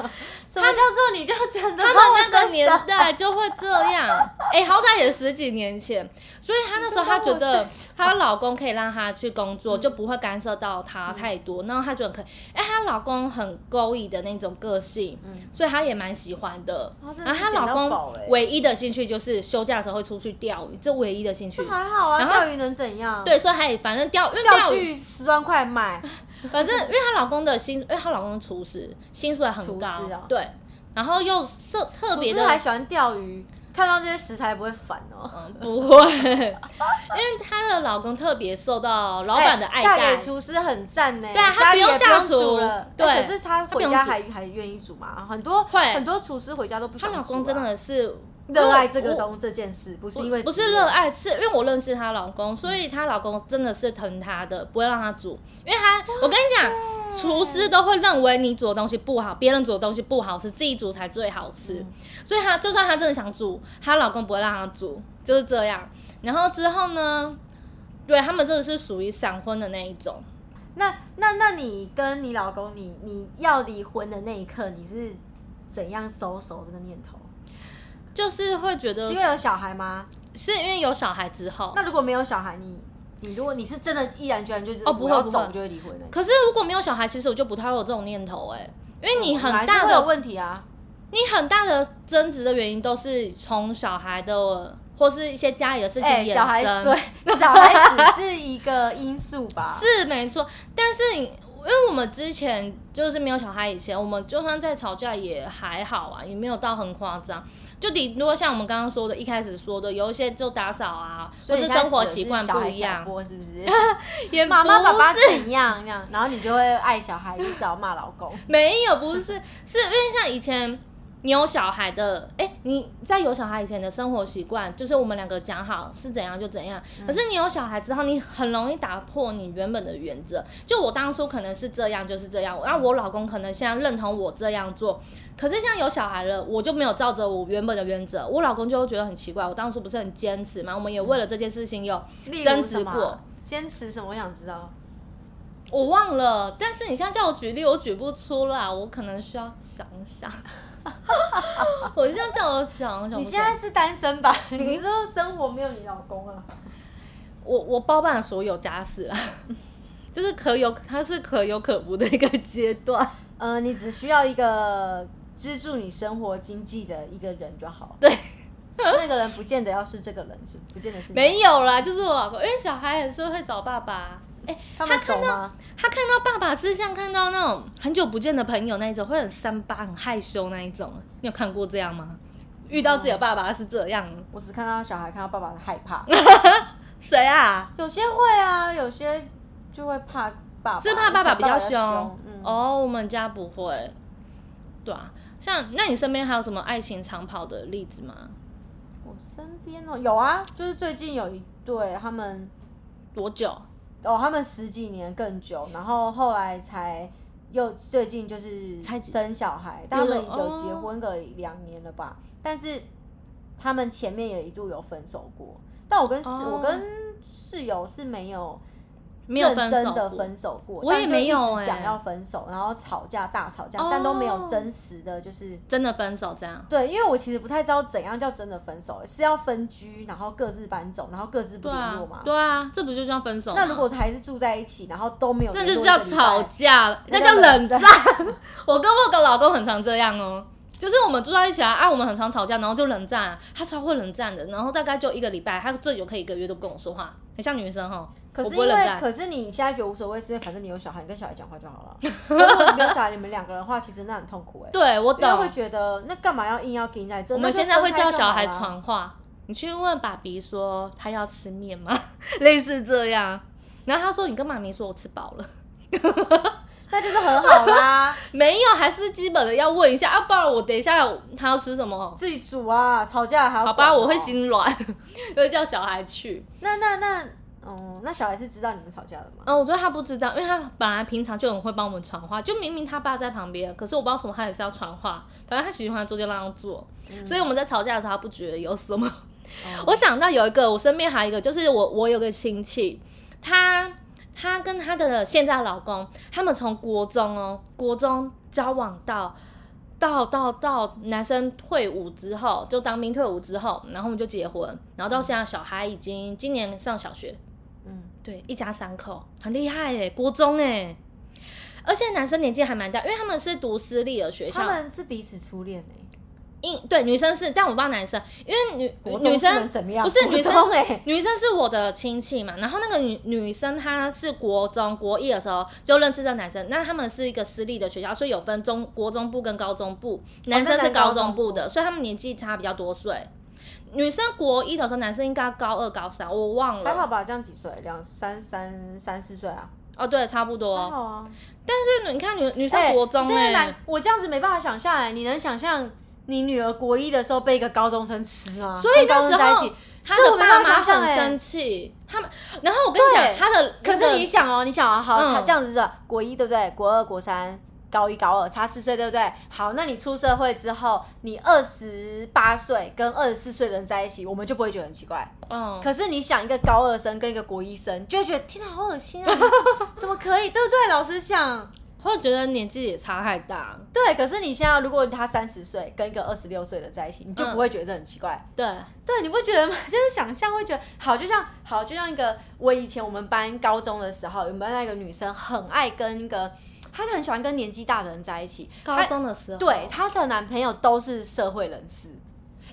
S1: 什么叫做你就真的
S2: 他
S1: 帮我
S2: 们那个
S1: 生
S2: 年
S1: 小
S2: 代就会
S1: (laughs)
S2: 这样，哎、好歹也十几年前，所以她那时候她觉得她老公可以让她去工
S1: 嗯
S2: 作，就不会干涉到她太多，然后她觉得可以，哎、她老公很勾引的那种个性，所以她也蛮喜欢的。
S1: 嗯哦真的
S2: 然后
S1: 是
S2: 她
S1: 捡
S2: 老
S1: 到宝
S2: 公
S1: 欸
S2: 唯一的兴趣就是休假的时候会出去钓鱼，这唯一的兴趣。
S1: 还好啊，
S2: 然后
S1: 钓鱼能怎样？，
S2: 对，所以她也反正钓，因为
S1: 钓
S2: 钓
S1: 具
S2: 鱼，
S1: 十万块
S2: (laughs)
S1: 买，
S2: 反正因为她老公的薪，因为她老公是厨师，薪水很
S1: 厨
S2: 高，
S1: 师哦
S2: 对，然后又特特
S1: 厨
S2: 别
S1: 师
S2: 的
S1: 还喜欢钓鱼，看到这些食材不会烦哦。
S2: 嗯，不会，因为她的老公特别受到老板的爱
S1: 哎嫁
S2: 戴
S1: 给。厨师很赞呢。
S2: 对啊
S1: 家里也
S2: 他不用下厨
S1: 煮了。
S2: 对
S1: 哎可是他回家
S2: 他不
S1: 还还愿意煮嘛？很多
S2: 会
S1: 很多厨师回家都不想
S2: 她
S1: 煮啊。
S2: 老公真的是
S1: 热爱这个
S2: 我
S1: 东这件事，不是因为
S2: 我不
S1: 职
S2: 是
S1: 业
S2: 热，爱，是因为我认识她老公，所以她老公真的是疼她的，不会让她煮。因为她，我跟你讲，厨师都会认为你煮的东西不好，别人煮的东西不好吃，自己煮才最好吃。
S1: 嗯
S2: 所以她就算她真的想煮，她老公不会让她煮，就是这样。然后之后呢，对他们真的是属于闪婚的那一种。
S1: 那那那你跟你老公，你你要离婚的那一刻，你是怎样收手这个念头？
S2: 就是会觉得
S1: 是因为有小孩吗？
S2: 是因为有小孩之后，
S1: 那如果没有小孩，你你如果你是真的毅然决然就是
S2: 哦不
S1: 我
S2: 会
S1: 要
S2: 不会
S1: 走就会离婚的，
S2: 可是如果没有小孩，其实我就不太会有这种念头哎、因为你很
S1: 哦还是
S2: 大
S1: 会有
S2: 的
S1: 问题啊。
S2: 你很大的争执的原因都是从小孩的或是一些家里的事情
S1: 哎，
S2: 衍
S1: 小孩
S2: 生， (laughs)
S1: 对，小孩只是一个因素吧。
S2: 是没错。但是你因为我们之前就是没有小孩以前，我们就算在吵架也还好啊，也没有到很夸张。就顶多像我们刚刚说的，一开始说的，有一些就打扫啊，
S1: 所
S2: 或
S1: 以
S2: 是
S1: 现在
S2: 生活
S1: 指的
S2: 习
S1: 是
S2: 惯
S1: 小
S2: 不
S1: 孩
S2: 一样
S1: 挑，拨
S2: (laughs)
S1: 是不 (laughs) 是？
S2: 也
S1: 妈妈、
S2: 不
S1: 爸爸
S2: 是
S1: 怎样那样，然后你就会爱小孩，一直要骂老
S2: (laughs)
S1: 公。
S2: 没有，不是， (laughs) 是因为像以前你有小孩的，哎、你在有小孩以前的生活习惯，就是我们两个讲好是怎样就怎样。可是你有小孩之后，你很容易打破你原本的原则。就我当初可能是这样，就是这样，然后我老公可能现在认同我这样做。可是像有小孩了，我就没有照着我原本的原则，我老公就会觉得很奇怪。我当初不是很坚持嘛，我们也为了这件事情有
S1: 例如
S2: 争执
S1: 什么啊
S2: 过，
S1: 坚持什么？我想知道。
S2: 我忘了，但是你现在叫我举例，我举不出来，我可能需要想一想。 (laughs) 我现在叫我讲，我想不嗯
S1: 你
S2: 出
S1: 现
S2: 来
S1: 在是单身吧？ (laughs) 你说生活没有你老公
S2: (laughs)
S1: 啊？
S2: 我我包办了所有家事啊， (laughs) 就是可有它是可有可无的一个阶
S1: (laughs)
S2: 段。
S1: 呃，你只需要一个资助你生活经济的一个人就好。
S2: 对，
S1: 那个人不见得要是这个人，是不见得是你
S2: 没有啦，就是我老公，因为小孩也是会找爸爸，哎、
S1: 他们熟
S2: 看到
S1: 吗？
S2: 他看到爸爸是像看到那种很久不见的朋友那一种，会很三八、很害羞那一种。你有看过这样吗？遇到
S1: 哦
S2: 自己的爸爸是这样，
S1: 我只看到小孩看到爸爸的害
S2: (laughs)
S1: 怕，
S2: 谁啊？
S1: 有些会啊，有些就会怕爸爸，
S2: 是怕爸爸比较
S1: 因为
S2: 凶。
S1: 爸
S2: 哦
S1: 凶，、嗯，
S2: 我们家不会。对啊，像那你身边还有什么爱情长跑的例子吗？
S1: 我身边哦有啊，就是最近有一对他们
S2: 多久？
S1: 哦，他们十几年更久，然后后来才又最近就是
S2: 才几
S1: 生小孩，但他们
S2: 有了
S1: 有
S2: 哦
S1: 结婚个两年了吧？但是他们前面也一度有分手过，但我跟室、
S2: 哦
S1: 我跟室友是没有
S2: 没有
S1: 认
S2: 分
S1: 真
S2: 手
S1: 的
S2: 过
S1: 分手过，
S2: 我也
S1: 但就
S2: 没有
S1: 一直讲
S2: 欸
S1: 要分手，然后吵架大吵架，
S2: 哦
S1: 但都没有真实的就是。
S2: 真的分手这样。
S1: 对，因为我其实不太知道怎样叫真的分手，是要分居，然后各自搬走，然后各自不
S2: 对
S1: 联
S2: 啊
S1: 络嘛。，
S2: 对啊，这不就叫分手吗？
S1: 那如果还是住在一起，然后都没有
S2: 那
S1: 联
S2: 就
S1: 络一个礼
S2: 叫
S1: 拜，
S2: 吵架，那叫冷
S1: (laughs)
S2: 战。我跟我的老公很常这样哦，就是我们住在一起啊，啊，我们很常吵架，然后就冷战、啊，他超会冷战的，然后大概就一个礼拜，他最久可以一个月都不跟我说话，很像女生哈，
S1: 可
S2: 我
S1: 是
S2: 不
S1: 因
S2: 会冷
S1: 为，
S2: 战。
S1: 可是你现在觉得无所谓，是因为反正你有小孩，你跟小孩讲话就好了。如果你没有小孩，你们两个人的话，其实那很痛苦哎、欸。
S2: 对我
S1: 因为会
S2: 懂，
S1: 觉得那干嘛要硬要跟在这？
S2: 我
S1: 那
S2: 们
S1: 就
S2: 现在会
S1: 分开
S2: 叫
S1: 就
S2: 小
S1: 好啊
S2: 孩
S1: 啦。
S2: 传话，你去问爸比说他要吃面吗？ (laughs) 类似这样，然后他说你跟妈咪说我吃饱了。 (laughs)
S1: 那就是很好啦，
S2: 没有，还是基本的要问一下啊，不然我等一下他要吃什么？
S1: 自己煮啊，吵架还要、
S2: 好吧，我会。心软， (laughs) 就叫小孩去。
S1: 那那那，嗯，那小孩是知道你们吵架的吗？
S2: 嗯，我觉得他不知道，因为他本来平常就很会帮我们传话，就明明他爸在旁边，可是我不知道为什么他也是要传话，反正他喜欢做就让他做，嗯
S1: 嗯
S2: 所以我们在吵架的时候他不觉得有什么。
S1: 哦
S2: 我想到有一个，我身边还有一个，就是我我有个亲戚，她她跟她的现在老公，他们从国中哦，国中交往到到到到男生退伍之后，就当兵退伍之后，然后我们就结婚，然后到现在小孩已经今年上小学，
S1: 嗯，
S2: 对，一家三口很厉害耶，国中哎，而且男生年纪还蛮大，因为他们是读私立的学
S1: 他
S2: 校，
S1: 们是彼此初恋哎、
S2: 因对女生是，但我不知道男生，因为
S1: 国
S2: 女
S1: 中
S2: 女
S1: 是
S2: 生
S1: 能怎么样
S2: 不是
S1: 国
S2: 女生
S1: 中欸
S2: (laughs) 女生是我的亲戚嘛，然后那个女女生她是国中国一的时候就认识这个男生，那他们是一个私立的学校，所以有分中国中部跟高中部，男生
S1: 那
S2: 是
S1: 哦高
S2: 高中
S1: 中
S2: 部
S1: 部
S2: 的，所以他们年纪差比较多岁。女生国一的时候，男生应该高二、高三，我忘
S1: 还好
S2: 了。
S1: 吧？这样几岁？两三三三四岁啊？
S2: 哦，对，差不多。
S1: 还好啊。
S2: 但是你看女女生
S1: 哎
S2: 国中
S1: 对啊
S2: 哎、
S1: 男我这样子没办法想象哎，你能想象你女儿国一的时候被一个高中生吃吗？
S2: 所以
S1: 跟高
S2: 那
S1: 中
S2: 时
S1: 生在一
S2: 候
S1: 起，
S2: 他
S1: 这
S2: 的
S1: 我没
S2: 爸
S1: 办
S2: 妈
S1: 法想象
S2: 很
S1: 哎
S2: 生气，他们，然后我跟你讲，
S1: 对
S2: 他的
S1: 可
S2: 那个
S1: 是你想哦，你想哦，好，
S2: 嗯
S1: 差这样子的国一对不对？国二、国三、高一、高二，差四岁对不对？好，那你出社会之后，你二十八岁跟二十四岁的人在一起，我们就不会觉得很奇 (laughs) 怪。
S2: 嗯，
S1: 可是你想一个高二生跟一个国一生，就会觉得天哪，好恶心啊！怎么可以？ (laughs) 对不对？老实讲，
S2: 会觉得年纪也差太大，
S1: 对。可是你现在如果他三十岁跟一个二十六岁的在一起，你就不会觉得这很奇怪。
S2: 对，
S1: 对，你不觉得吗？ (laughs) 就是想象会觉得好，就像好，就像一个我以前我们班高中的时候，我们班那个女生很爱跟一个，她就很喜欢跟年纪大的人在一起。
S2: 高中的时候，
S1: 对，她的男朋友都是社会人士，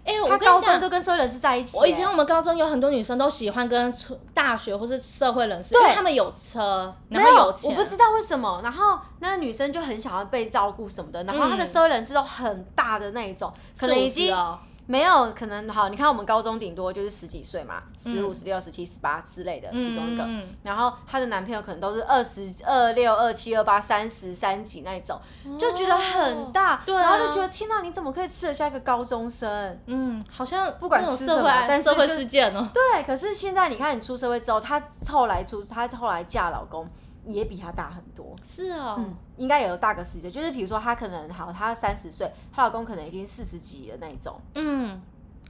S2: 哎、我
S1: 她
S2: 跟
S1: 高
S2: 你
S1: 中
S2: 讲
S1: 都，跟社会人士在一起、
S2: 我以前
S1: 欸
S2: 我们高中有很多女生都喜欢跟出大学或是社会人士，
S1: 对
S2: 因为他们有车，
S1: 没
S2: 然后钱，
S1: 我不知道为什么。然后那个女生就很想要被照顾什么的，然后她的
S2: 嗯
S1: 社会人士都很大的那一种，可能已
S2: 四五十
S1: 经
S2: 哦
S1: 没有可能好。你看我们高中顶多就是十几岁嘛，十五、
S2: 嗯
S1: 十六、十七、十八之类的其中一个。
S2: 嗯嗯嗯
S1: 然后她的男朋友可能都是二十二六、二七、二八、三十三几那一种，就觉得很大，
S2: 哦对啊
S1: 然后就觉得天哪、你怎么可以吃得下一个高中生？
S2: 嗯，好像不
S1: 管
S2: 那种
S1: 吃
S2: 社
S1: 什
S2: 会
S1: 么
S2: 案
S1: 但是
S2: 社会
S1: 就
S2: 事件哦、
S1: 对，可是现在你看，你出社会之后，她后来出，她后来嫁老公也比她大很多，
S2: 是哦、
S1: 嗯，应该也有大个十几岁，就是比如说她可能好，她三十岁，她老公可能已经四十几的那一种，
S2: 嗯，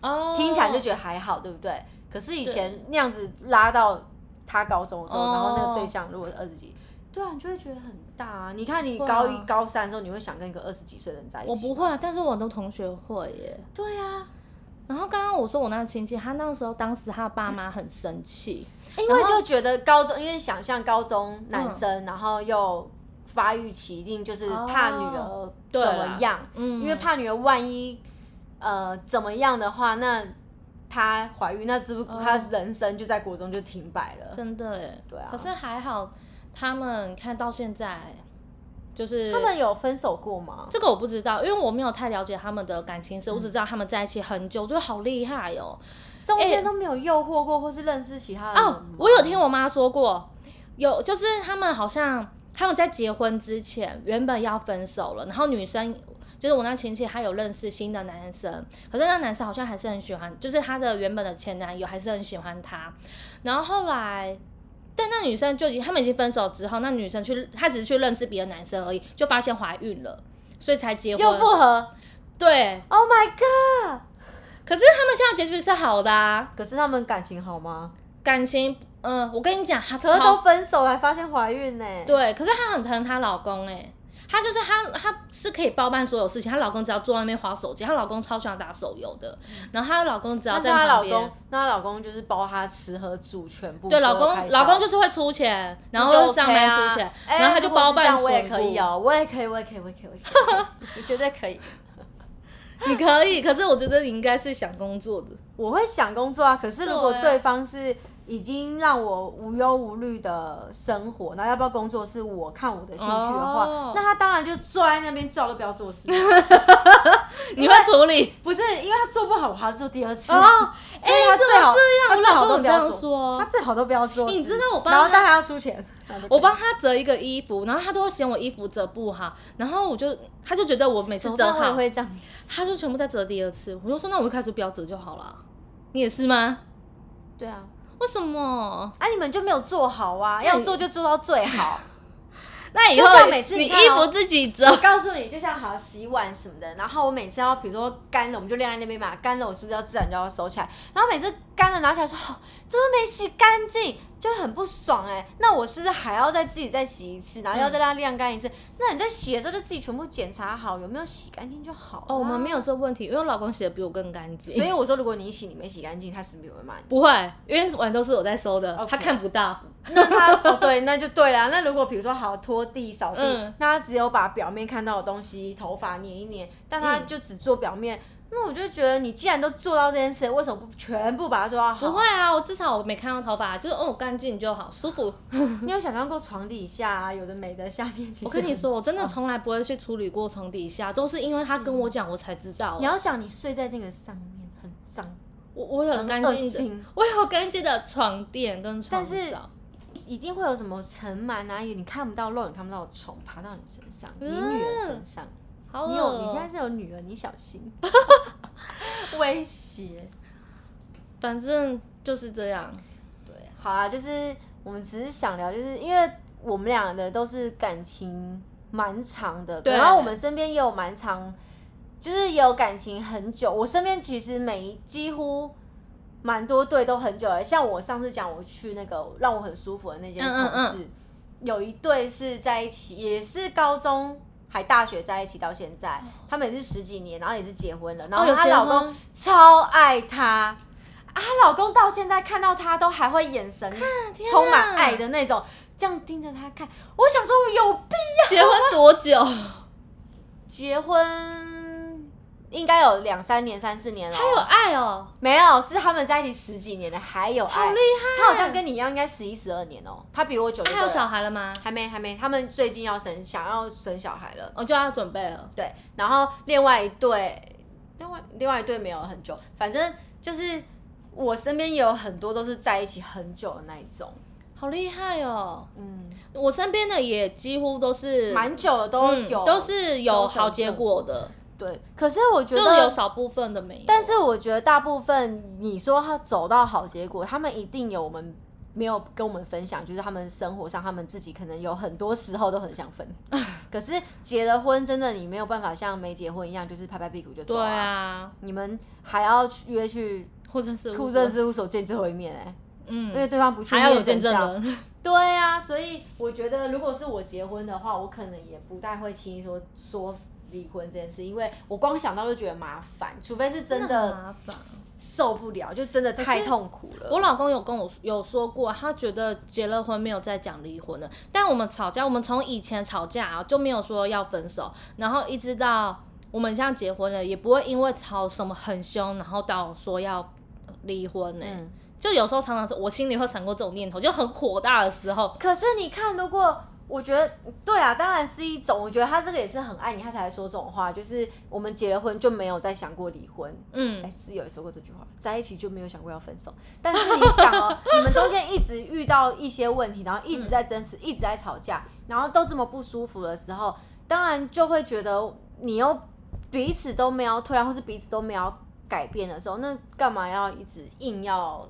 S2: 哦，
S1: 听起来就觉得还好，对不对？可是以前那样子拉到她高中的时候，
S2: 哦
S1: 然后那个对象如果是二十几，对啊，你就会觉得很大啊。你看你
S2: 会啊
S1: 高一、高三的时候，你会想跟一个二十几岁的人在一起？
S2: 我不，会，但是我很多同学会耶。
S1: 对啊，
S2: 然后刚刚我说我那个亲戚，他那时候当时他爸妈很生气，
S1: 因为就觉得高中，因为想象高中男生，然后又发育期，一定就是怕
S2: 嗯哦
S1: 女儿怎
S2: 对啦
S1: 么样，
S2: 嗯，
S1: 因为怕女儿万一呃怎么样的话，那她怀孕，那是不是
S2: 哦
S1: 她人生就在国中就停摆了？
S2: 真的哎，
S1: 对啊
S2: 可是还好，他们看到现在，就是
S1: 他们有分手过吗？
S2: 这个我不知道，因为我没有太了解他们的感情史，我只知道他们在一起很久，就好厉害哦。
S1: 中间都没有诱惑过，或是认识其他人
S2: 哦
S1: 吗，
S2: 我有听我妈说过，有就是他们好像他们在结婚之前原本要分手了，然后女生就是我那亲戚，她有认识新的男生，可是那男生好像还是很喜欢，就是她的原本的前男友还是很喜欢她，然后后来。但那女生就已经，他们已经分手之后，那女生去，她只是去认识别的男生而已，就发现怀孕了，所以才结婚。
S1: 又复合
S2: 对，
S1: ，Oh my god！
S2: 可是他们现在结局是好的啊，
S1: 可是他们感情好吗？
S2: 感情，嗯、我跟你讲，她
S1: 可是
S2: 超
S1: 都分手了还发现怀孕呢、，
S2: 对，可是她很疼她老公哎、她就是她，她是可以包办所有事情。她老公只要坐在那边划手机，她老公超喜欢打手游的。然后她老公只要
S1: 嗯那是
S2: 啊在
S1: 她
S2: 旁
S1: 老
S2: 边
S1: 公，，那她老公就是包她吃喝住全部，
S2: 对
S1: 所
S2: 老
S1: 有
S2: 公
S1: 开，销
S2: 老公就是会出钱，然后
S1: 那就
S2: 就是上班
S1: OK 啊
S2: 出钱，
S1: 哎
S2: 然后她
S1: 如
S2: 就
S1: 果是
S2: 包
S1: 这
S2: 办
S1: 样我也
S2: 全
S1: 可以
S2: 部
S1: 哦，我也可以，我也可以，我也可以，我也可
S2: (laughs)
S1: 以，我绝对可以。
S2: 你可以，可是我觉得你应该是想
S1: (laughs)
S2: 工作的。
S1: 我会想工作啊，可是如果
S2: 对
S1: 对方是已经让我无忧无虑的生活，那要不要工作是我看我的兴趣的话，
S2: 哦
S1: 那他当然就坐在那边最好都不要做事，
S2: (laughs) 你会处理
S1: 不是因为他做不好，我还要做第二次。
S2: 哦？
S1: (laughs) 所以他
S2: 哎怎么
S1: 最好，
S2: 这
S1: 他
S2: 样
S1: 最好都不要
S2: 我老公有这样
S1: 做，
S2: 说
S1: 他最好都不要做事。
S2: 你知道我帮他
S1: 然后但还要出钱，
S2: (laughs) 我帮他折一个衣服，然后他都会嫌我衣服折不好，然后我就他就觉得我每次
S1: 怎么
S2: 折
S1: 办我也
S2: 好，
S1: 会这样，
S2: 他就全部再折第二次。我就说那我一开始不要折就好啦。你也是吗？
S1: 对啊，
S2: 为什么？
S1: 啊你们就没有做好啊，要做就做到最好。
S2: 那以
S1: 就
S2: 后
S1: 像每次
S2: 你
S1: 你看哦
S2: 衣服自己折
S1: 我，告诉你，就像好洗碗什么的，然后我每次要比如说干了，我们就晾在那边嘛，干了我是不是要自然就要收起来？然后每次干了拿起来说，哦、怎么没洗干净，就很不爽哎、那我是不是还要再自己再洗一次，然后要再让它晾干一次？那你在洗的时候就自己全部检查好有没有洗干净就好了。
S2: 哦，我们没有。这问题，因为我老公洗的比我更干净，
S1: 所以我说，如果你洗你没洗干净，他是不是也会骂你？
S2: 不会，因为碗都是我在收的
S1: OK
S2: 他看不到。
S1: 那他哦对，那就对啦。那如果比如说好拖地、扫地，
S2: 嗯
S1: 那他只有把表面看到的东西，头发捻一捻，但他
S2: 嗯
S1: 就只做表面。那我就觉得，你既然都做到这件事，为什么不全部把它做到好？
S2: 不会啊，我至少我没看到头发，就是哦干净就好，舒
S1: (laughs)
S2: 服。
S1: 你有想象过床底下、啊、有的没的下面？其实
S2: 我跟你说，
S1: 很
S2: 我真的
S1: 脏
S2: 从来不会去处理过床底下，都是因为他跟我讲，我才知道
S1: 你。要想，你睡在那个上面很脏，
S2: 我我有干
S1: 恶
S2: 净的，啊
S1: 心，
S2: 我有干净的床垫跟床
S1: 但是
S2: 罩。
S1: 一定会有什么尘螨啊，你看不到肉，你看不到的虫爬到你身上，
S2: 嗯
S1: 你女儿身上。
S2: 好
S1: 你
S2: 恶
S1: 有，
S2: 哦
S1: 你现在是有女儿，你小心 (laughs) 威胁。
S2: 反正就是这样。
S1: 对，好啊，就是我们只是想聊，就是因为我们俩的都是感情蛮长的，
S2: 对
S1: 然后我们身边也有蛮长，就是也有感情很久。我身边其实每一几乎蛮多对都很久了，像我上次讲我去那个让我很舒服的那间
S2: 嗯
S1: 同
S2: 嗯嗯
S1: 事，有一对是在一起，也是高中。还大学在一起到现在，他们也是十几年，然后也是结婚了，然后
S2: 哦有
S1: 她
S2: 结
S1: 老
S2: 婚
S1: 公超爱她，啊，她老公到现在看到她都还会眼神
S2: 天哪
S1: 充满爱的那种，这样盯着她看。我想说，有病！
S2: (laughs) 结婚多久？
S1: 结婚应该有两三年、三四年了。
S2: 还有爱哦，
S1: 没有？是他们在一起十几年了，还有爱。
S2: 好厉害！
S1: 他好像跟你一样，应该十一、十二年哦。他比我久就
S2: 啊
S1: 对
S2: 还有
S1: 了。
S2: 小孩了吗？
S1: 还没，还没。他们最近要生，想要生小孩了。
S2: 哦我就要准备了。
S1: 对，然后另外一对，另外另外一对没有很久，反正就是我身边也有很多都是在一起很久的那一种，
S2: 好厉害哦！
S1: 嗯，
S2: 我身边的也几乎都是
S1: 蛮久的都
S2: 嗯
S1: 有，
S2: 都是有好结果的，
S1: 对。可是我觉
S2: 就有
S1: 得，
S2: 少部分的没有。
S1: 但是我觉得大部分你说他走到好结果，他们一定有我们。没有跟我们分享，就是他们生活上，他们自己可能有很多时候都很想
S2: (laughs)
S1: 分，可是结了婚，真的你没有办法像没结婚一样，就是拍拍屁股就走
S2: 对啊，
S1: 你们还要去约去
S2: 或者是
S1: 户政事务所见最后一面、欸，哎、因为
S2: 嗯，
S1: 对方不去，
S2: 还要有
S1: 你也
S2: 见
S1: 只能这
S2: 证
S1: 样。
S2: 人。 (laughs)
S1: 对啊，所以我觉得如果是我结婚的话，我可能也不太会轻易说说离婚这件事，因为我光想到就觉得麻烦，除非是真
S2: 很
S1: 的
S2: 麻烦。
S1: 受不了，就真的太痛苦了。
S2: 我老公有跟我有说过，他觉得结了婚没有再讲离婚了。但我们吵架，我们从以前吵架啊就没有说要分手，然后一直到我们现在结婚了，也不会因为吵什么很凶，然后到说要呃离婚呢、
S3: 嗯
S2: 就有时候常常是我心里会闪过这种念头，就很火大的时候，
S1: 可是你看，如果我觉得对啊，当然是一种。我觉得他这个也是很爱你，他才会说这种话。就是我们结了婚就没有再想过离婚。
S2: 嗯
S1: 哎、，室友也说过这句话，在一起就没有想过要分手。但是你想哦，你们中间一直遇到一些问题，然后一
S2: 嗯
S1: 直在争执，一直在吵架，然后都这么不舒服的时候，当然就会觉得你又彼此都没有退让，或是彼此都没有改变的时候，那干嘛要一直硬要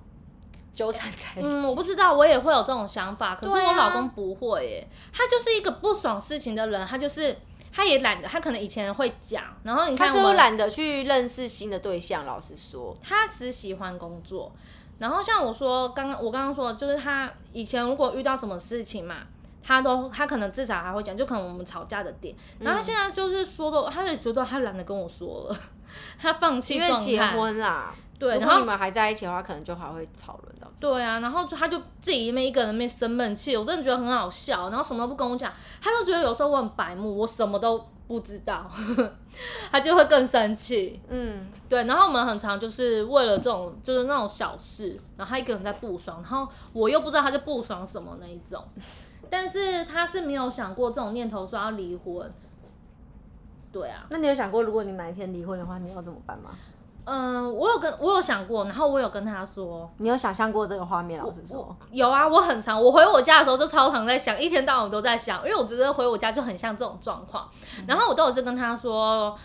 S1: 纠缠在一起？
S2: 嗯，我不知道，我也会有这种想法，可是
S3: 对啊
S2: 我老公不会耶，他就是一个不爽事情的人，他就是他也懒得，他可能以前会讲，然后你
S3: 他
S2: 看
S3: 是不
S2: 我
S3: 是
S2: 们
S3: 懒得去认识新的对象，老实说，
S2: 他只喜欢工作。然后像我说，刚刚我刚刚说的，就是他以前如果遇到什么事情嘛，他都他可能至少还会讲，就可能我们吵架的点。然后他现在就是说的，他就觉得他懒得跟我说了，他放弃
S3: 因为
S2: 状态。
S3: 结婚啦，
S2: 对，
S3: 如
S2: 然
S3: 果
S2: 后
S3: 你们还在一起的话，可能就还会讨论到这。
S2: 对啊，然后就他就自己一面一个人面生闷气，我真的觉得很好笑，然后什么都不跟我讲，他就觉得有时候我很白目，我什么都不知道， (laughs) 他就会更生气。
S3: 嗯，
S2: 对，然后我们很常就是为了这种就是那种小事，然后他一个人在不爽，然后我又不知道他在不爽什么那一种，但是他是没有想过这种念头说要离婚。对啊，
S1: 那你有想过，如果你哪一天离婚的话，你要怎么办吗？
S2: 嗯，我有跟我有想过，然后我有跟他说，
S1: 你有想象过这个画面？老实说，
S2: 有啊，我很常，我回我家的时候就超常在想，一天到晚都在想，因为我觉得回我家就很像这种状况。然后我都有就跟他说，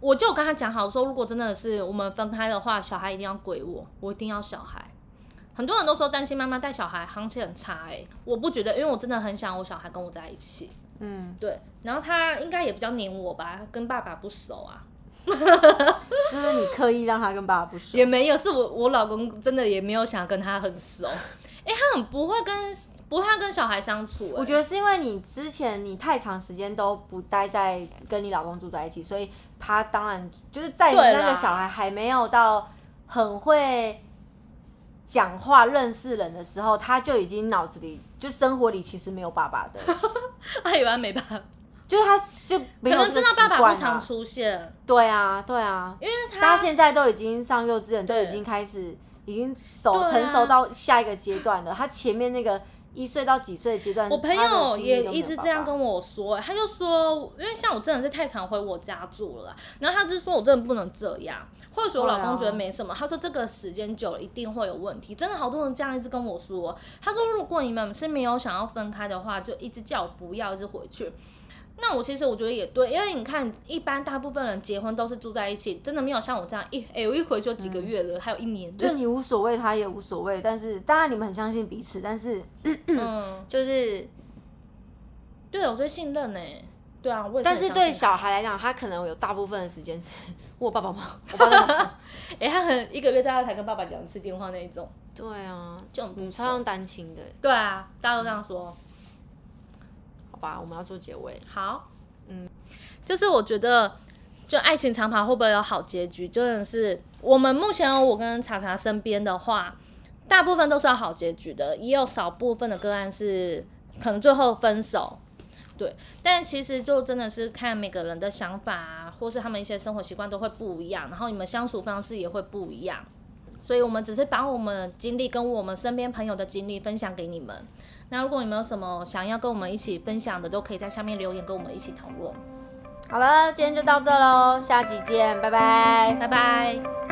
S2: 我就有跟他讲好说，如果真的是我们分开的话，小孩一定要归我，我一定要小孩。很多人都说担心妈妈带小孩行情很差、欸，我不觉得，因为我真的很想我小孩跟我在一起。
S1: 嗯，
S2: 对，然后他应该也比较黏我吧，跟爸爸不熟啊，
S1: 是不是你刻意让他跟爸爸不熟？
S2: 也没有，是我我老公真的也没有想跟他很熟，哎、他很不会跟不太跟小孩相处、欸，
S1: 我觉得是因为你之前你太长时间都不待在跟你老公住在一起，所以他当然就是在你
S2: 对啦
S1: 那个小孩还没有到很会讲话、认识人的时候，他就已经脑子里就生活里其实没有爸爸的， (laughs)
S2: (laughs) 他以为他没爸爸，
S1: 就是他就没
S2: 可
S1: 有
S2: 能
S1: 这
S2: 知
S1: 个
S2: 道
S1: 习
S2: 爸爸
S1: 惯
S2: 不常
S1: 啊。
S2: 出现，
S1: 对啊，对啊，
S2: 因为
S1: 大家
S2: 他
S1: 现在都已经上幼稚园，都
S2: 对
S1: 已经开始已经熟、
S2: 对啊
S1: 成熟到下一个阶段了。他前面那个一岁到几岁的阶段，
S2: 我朋
S1: 他的
S2: 友
S1: 经历
S2: 也
S1: 都没有
S2: 一直这样
S1: 爸爸
S2: 跟我说、他就说，因为像我真的是太常回我家住了啦，然后他就说我真的不能这样，或许我老
S1: 啊
S2: 公觉得没什么，他说这个时间久了一定会有问题，真的好多人这样一直跟我说，他说如果你们是没有想要分开的话，就一直叫我不要，一直回去。那我其实我觉得也对，因为你看，一般大部分人结婚都是住在一起，真的没有像我这样一哎、我一回就几个月了，还有一年的
S1: 嗯就你无所谓，他也无所谓。但是当然你们很相信彼此，但是
S2: 嗯，
S3: 就是，
S2: 对，我最信任呢、对啊，我也
S3: 但是
S2: 很
S3: 对
S2: 相信他，
S3: 小孩来讲，他可能有大部分的时
S1: (laughs)
S3: 间是我爸爸妈妈，我爸爸妈妈。
S2: 哎、他很一个月大概才跟爸爸讲一次电话那一种，
S3: 对啊，
S2: 就很不
S3: 嗯，
S2: 错
S3: 超像单亲的，
S2: 对啊，大家都这样说。
S3: 好吧，我们要做结尾。
S2: 好，嗯，就是我觉得，就爱情长跑会不会有好结局，真的是我们目前我跟查查身边的话，大部分都是有好结局的，也有少部分的个案是可能最后分手。对，但其实就真的是看每个人的想法啊，或是他们一些生活习惯都会不一样，然后你们相处方式也会不一样，所以我们只是把我们的经历跟我们身边朋友的经历分享给你们。那如果你们有什么想要跟我们一起分享的，都可以在下面留言跟我们一起讨论。
S1: 好了，今天就到这喽，下集见，拜拜。
S2: 拜拜。